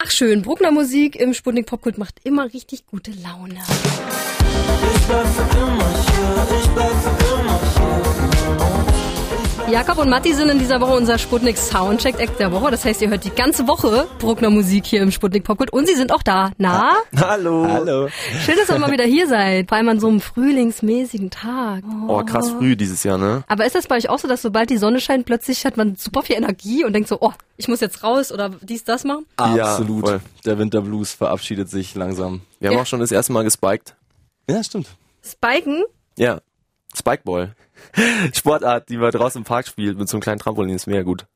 Ach schön, Bruckner Musik im Sputnik Popkult macht immer richtig gute Laune. Jakob und Matti sind in dieser Woche unser Sputnik Soundcheck Act der Woche. Das heißt, ihr hört die ganze Woche Bruckner Musik hier im Sputnik Popkult und sie sind auch da. Na? Hallo. Hallo. Schön, dass ihr mal wieder hier seid. Vor allem an so einem frühlingsmäßigen Tag. Oh, krass früh dieses Jahr, ne? Aber ist das bei euch auch so, dass sobald die Sonne scheint, plötzlich hat man super viel Energie und denkt so, oh, ich muss jetzt raus oder dies, das machen? Absolut. voll. Der Winterblues verabschiedet sich langsam. Wir haben Ja. auch schon das erste Mal gespiked. Ja, stimmt. Spiken? Ja. Spikeball. Sportart, die man draußen im Park spielt mit so einem kleinen Trampolin, ist mega gut.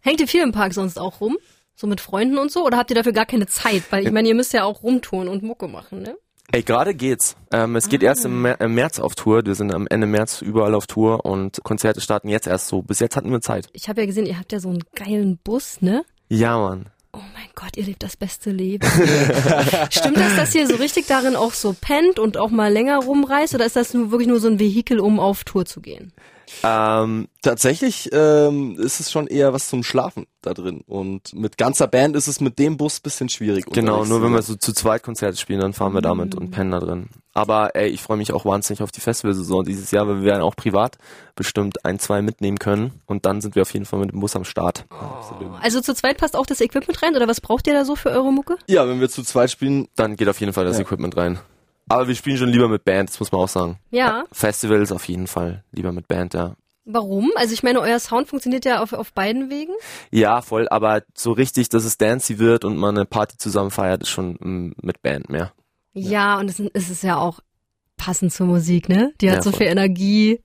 Hängt ihr viel im Park sonst auch rum? So mit Freunden und so? Oder habt ihr dafür gar keine Zeit? Weil ich meine, ihr müsst ja auch rumtouren und Mucke machen, ne? Ey, gerade geht's. Ähm, es geht erst im, Mer- im März auf Tour. Wir sind am Ende März überall auf Tour und Konzerte starten jetzt erst so. Bis jetzt hatten wir Zeit. Ich habe ja gesehen, ihr habt ja so einen geilen Bus, ne? Ja, Mann. Oh mein Gott, ihr lebt das beste Leben. Stimmt das, dass ihr so richtig darin auch so pennt und auch mal länger rumreist? Oder ist das nur wirklich nur so ein Vehikel, um auf Tour zu gehen? Ähm, Tatsächlich ähm, ist es schon eher was zum Schlafen da drin. Und mit ganzer Band ist es mit dem Bus bisschen schwierig. genau, unterwegs nur zu wenn wir sein. so zu zweit Konzerte spielen, dann fahren wir damit und pennen da drin. Aber ey, ich freue mich auch wahnsinnig auf die Festivalsaison dieses Jahr, weil wir werden auch privat bestimmt ein, zwei mitnehmen können. Und dann sind wir auf jeden Fall mit dem Bus am Start. Also zu zweit passt auch das Equipment rein? Oder was braucht ihr da so für eure Mucke? Ja, wenn wir zu zweit spielen, Dann geht auf jeden Fall das Equipment rein. Aber wir spielen schon lieber mit Band, das muss man auch sagen. Ja. Festivals auf jeden Fall lieber mit Band, ja. Warum? Also ich meine, euer Sound funktioniert ja auf, auf beiden Wegen. Ja, voll, aber so richtig, dass es dancey wird und man eine Party zusammen feiert, ist schon mm, mit Band mehr. Ja, und es, ist- es ist ja auch passend zur Musik, ne? Die hat Ja, so voll. Mhm. viel Energie.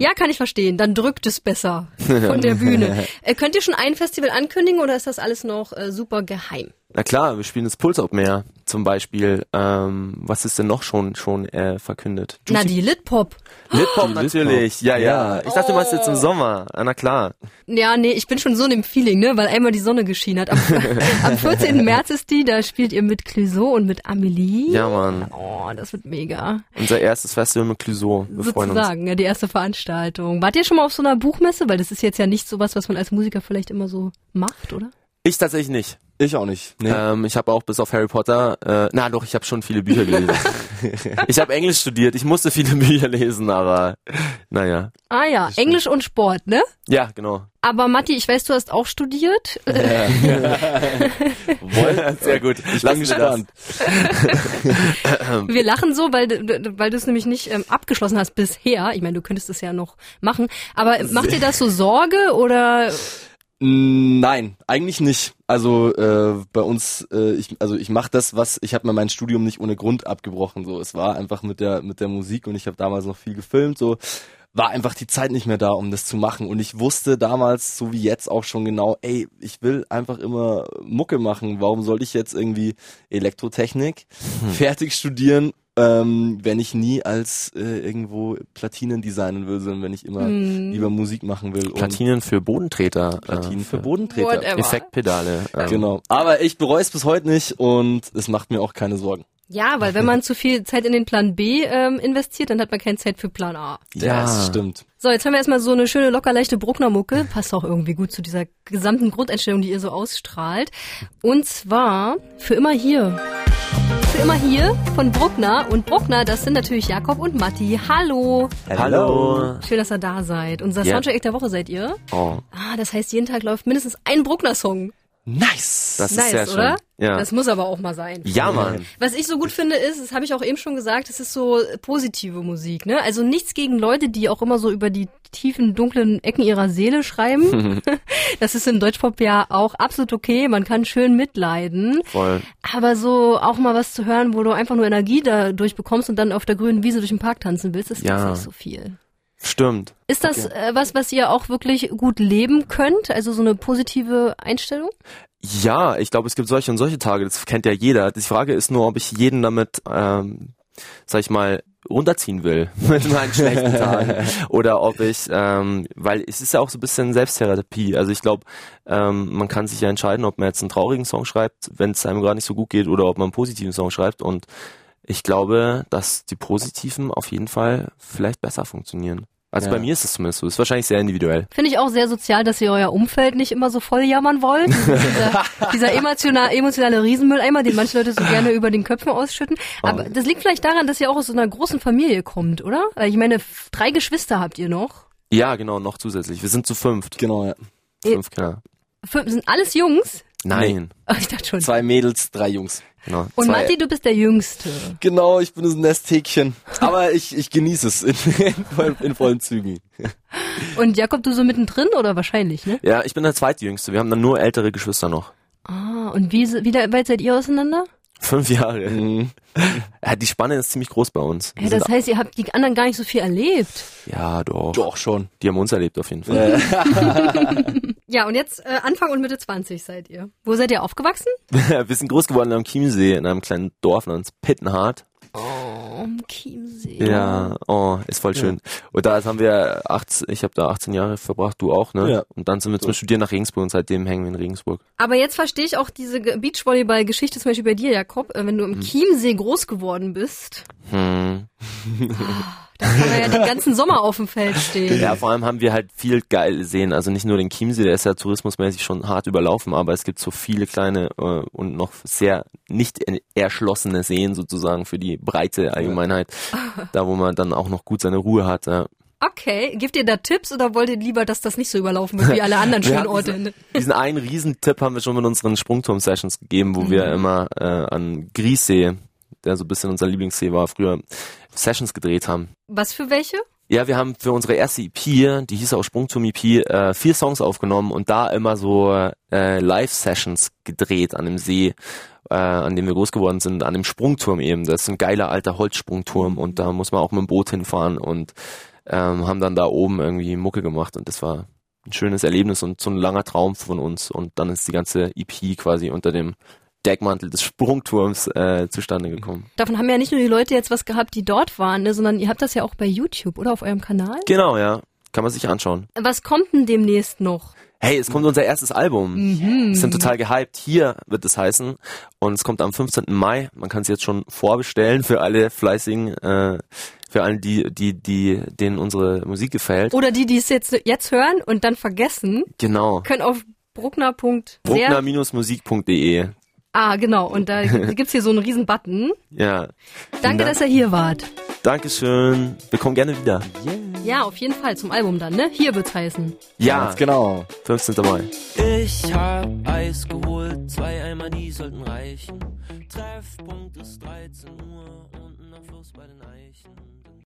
Ja, kann ich verstehen. Dann drückt es besser von der Bühne. äh, könnt ihr schon ein Festival ankündigen oder ist das alles noch äh, super geheim? Na klar, wir spielen das Puls Up mehr zum Beispiel. Ähm, was ist denn noch schon schon äh, verkündet? Na, die Litpop. Litpop natürlich, ja, ja. Ich dachte, du meinst Oh. jetzt im Sommer. Ah, Na klar. Ja, nee, ich bin schon so in dem Feeling, ne, weil einmal die Sonne geschienen hat. Am, am 14. März ist die, da spielt ihr mit Clouseau und mit Amelie. Ja, Mann. Oh, das wird mega. Unser erstes Festival mit Clouseau. Wir freuen uns. Sozusagen, ja, die erste Veranstaltung. Wart ihr schon mal auf so einer Buchmesse? Weil das ist jetzt ja nicht sowas, was man als Musiker vielleicht immer so macht, oder? Ich tatsächlich nicht. ich auch nicht. Nee. Ähm, ich habe auch bis auf Harry Potter, äh, na doch, ich habe schon viele Bücher gelesen. ich habe Englisch studiert, ich musste viele Bücher lesen, aber naja. Ah ja, Englisch und Sport, ne? Ja, genau. Aber Matti, ich weiß, du hast auch studiert. Sehr gut. Ich bin gespannt. Wir lachen so, weil, du- weil du es nämlich nicht ähm, abgeschlossen hast bisher. Ich meine, du könntest es ja noch machen. Aber macht dir das so Sorge oder Mm, Nein, eigentlich nicht. Also äh, bei uns, äh, ich, also ich mache das, was ich habe mir mein Studium nicht ohne Grund abgebrochen. So, es war einfach mit der mit der Musik und ich habe damals noch viel gefilmt. So war einfach die Zeit nicht mehr da, um das zu machen. Und ich wusste damals, so wie jetzt auch schon genau, ey, ich will einfach immer Mucke machen. Warum sollte ich jetzt irgendwie Elektrotechnik Hm. fertig studieren? Ähm, wenn ich nie als äh, irgendwo Platinen designen will, sondern wenn ich immer lieber Musik machen will. und- Platinen für Bodentreter. Platinen äh, für Bodentreter. Whatever. Effektpedale. ähm, Genau. Aber ich bereue es bis heute nicht und es macht mir auch keine Sorgen. Ja, weil wenn man zu viel Zeit in den Plan B ähm, investiert, dann hat man keine Zeit für Plan A. Ja. Das stimmt. So, jetzt haben wir erstmal so eine schöne, locker leichte Bruckner-Mucke. Passt auch irgendwie gut zu dieser gesamten Grundeinstellung, die ihr so ausstrahlt. Und zwar für immer hier. Für immer hier von Bruckner. Und Bruckner, das sind natürlich Jakob und Matti. Hallo. Hallo. Schön, dass ihr da seid. Unser Ja. Soundcheck der Woche seid ihr. Oh, Ah, das heißt, jeden Tag läuft mindestens ein Bruckner-Song. Nice. das ist Nice, sehr schön. oder? Ja. Das muss aber auch mal sein. ja, Mann. Was ich so gut finde ist, das habe ich auch eben schon gesagt, es ist so positive Musik, ne? Also nichts gegen Leute, die auch immer so über die tiefen, dunklen Ecken ihrer Seele schreiben. das ist im Deutschpop ja auch absolut okay, man kann schön mitleiden. Voll. Aber so auch mal was zu hören, wo du einfach nur Energie dadurch bekommst und dann auf der grünen Wiese durch den Park tanzen willst, ist Ja. ja. nicht so viel. Stimmt. Ist das äh, was, was ihr auch wirklich gut leben könnt? Also so eine positive Einstellung? Ja, ich glaube, es gibt solche und solche Tage, das kennt ja jeder. Die Frage ist nur, ob ich jeden damit, ähm, sag ich mal, runterziehen will mit meinen schlechten Tagen. Oder ob ich, ähm, weil es ist ja auch so ein bisschen Selbsttherapie. Also ich glaube, ähm, man kann sich ja entscheiden, ob man jetzt einen traurigen Song schreibt, wenn es einem gerade nicht so gut geht, oder ob man einen positiven Song schreibt. Und ich glaube, dass die positiven auf jeden Fall vielleicht besser funktionieren. Also Ja. bei mir ist es zumindest so. Ist wahrscheinlich sehr individuell. Finde ich auch sehr sozial, dass ihr euer Umfeld nicht immer so voll jammern wollt. dieser dieser emotional, emotionale Riesenmülleimer, den manche Leute so gerne über den Köpfen ausschütten. Oh. Aber das liegt vielleicht daran, dass ihr auch aus so einer großen Familie kommt, oder? Äh, Ich meine, f- drei Geschwister habt ihr noch. Ja, genau, noch zusätzlich. Wir sind zu fünft. Genau, ja. Fünf genau. Kinder. Fünf, sind alles Jungs? Nein. Oh, ich dachte schon. Zwei Mädels, drei Jungs. Genau. Und zwei. Matti, du bist der Jüngste. Genau, ich bin so ein Nesthäkchen. Aber ich, ich genieße es in, in, vollen- in vollen Zügen. Und Jakob, du so mittendrin oder wahrscheinlich, ne? Ja, ich bin der zweitjüngste. Wir haben dann nur ältere Geschwister noch. Ah, und wie, se- wie da- weit seid ihr auseinander? Fünf Jahre. Ja, die Spanne ist ziemlich groß bei uns. Wir Ja, das sind- heißt, ihr habt die anderen gar nicht so viel erlebt. ja doch. Doch schon. Die haben uns erlebt auf jeden Fall. Äh, Ja, und jetzt äh, Anfang und Mitte 20 seid ihr. Wo seid ihr aufgewachsen? Wir sind groß geworden am Chiemsee in einem kleinen Dorf namens Pittenhardt. Oh, Chiemsee. Ja, oh, ist voll schön. Und da haben wir 18, ich habe da 18 Jahre verbracht, du auch, ne? Ja. Und dann sind wir zum Studieren nach Regensburg und seitdem hängen wir in Regensburg. Aber jetzt verstehe ich auch diese Ge- Beachvolleyball-Geschichte zum Beispiel bei dir, Jakob. Äh, Wenn du im Chiemsee groß geworden bist, Hm. da kann man ja den ganzen Sommer auf dem Feld stehen. Ja, vor allem haben wir halt viel geil sehen. Also nicht nur den Chiemsee, der ist ja tourismusmäßig schon hart überlaufen, aber es gibt so viele kleine äh, und noch sehr nicht en- erschlossene Seen sozusagen für die breite Allgemeinheit, da wo man dann auch noch gut seine Ruhe hat. Ja. Okay, gebt ihr da Tipps oder wollt ihr lieber, dass das nicht so überlaufen wird wie alle anderen Wir schönen hatten Orte? ne? Diesen einen Riesentipp haben wir schon mit unseren Sprungturm-Sessions gegeben, wo wir immer äh, an Griessee, der so ein bisschen unser Lieblingssee war früher, Sessions gedreht haben. Was für welche? Ja, wir haben für unsere erste EP, die hieß auch Sprungturm EP, äh, vier Songs aufgenommen und da immer so äh, Live-Sessions gedreht an dem See, äh, an dem wir groß geworden sind, an dem Sprungturm eben. Das ist ein geiler alter Holzsprungturm und da muss man auch mit dem Boot hinfahren und ähm, haben dann da oben irgendwie Mucke gemacht und das war ein schönes Erlebnis und so ein langer Traum von uns und dann ist die ganze EP quasi unter dem Deckmantel des Sprungturms äh, zustande gekommen. Davon haben ja nicht nur die Leute jetzt was gehabt, die dort waren, ne, sondern ihr habt das ja auch bei YouTube oder auf eurem Kanal. Genau, ja. Kann man sich anschauen. Was kommt denn demnächst noch? Hey, es kommt unser erstes Mhm. Album. Hm. Wir Hm. sind total gehypt. Hier wird es heißen. Und es kommt am 15. Mai. Man kann es jetzt schon vorbestellen für alle fleißigen, äh, für allen, die, die, die, denen unsere Musik gefällt. Oder die, die es jetzt, jetzt hören und dann vergessen, Genau. können auf bruckner.sehr... Bruckner-musik.de. Ah, genau. Und da gibt's hier so einen riesen Button. Ja. Danke, Dank. dass ihr hier wart. Dankeschön. Wir kommen gerne wieder. Ja, auf jeden Fall zum Album dann, ne? Hier wird's heißen. Ja, Ganz genau. 15. Mai. Ich hab Eis geholt, zwei Eimer, die sollten reichen. Treffpunkt ist 13 Uhr, unten am Fluss bei den Eichen.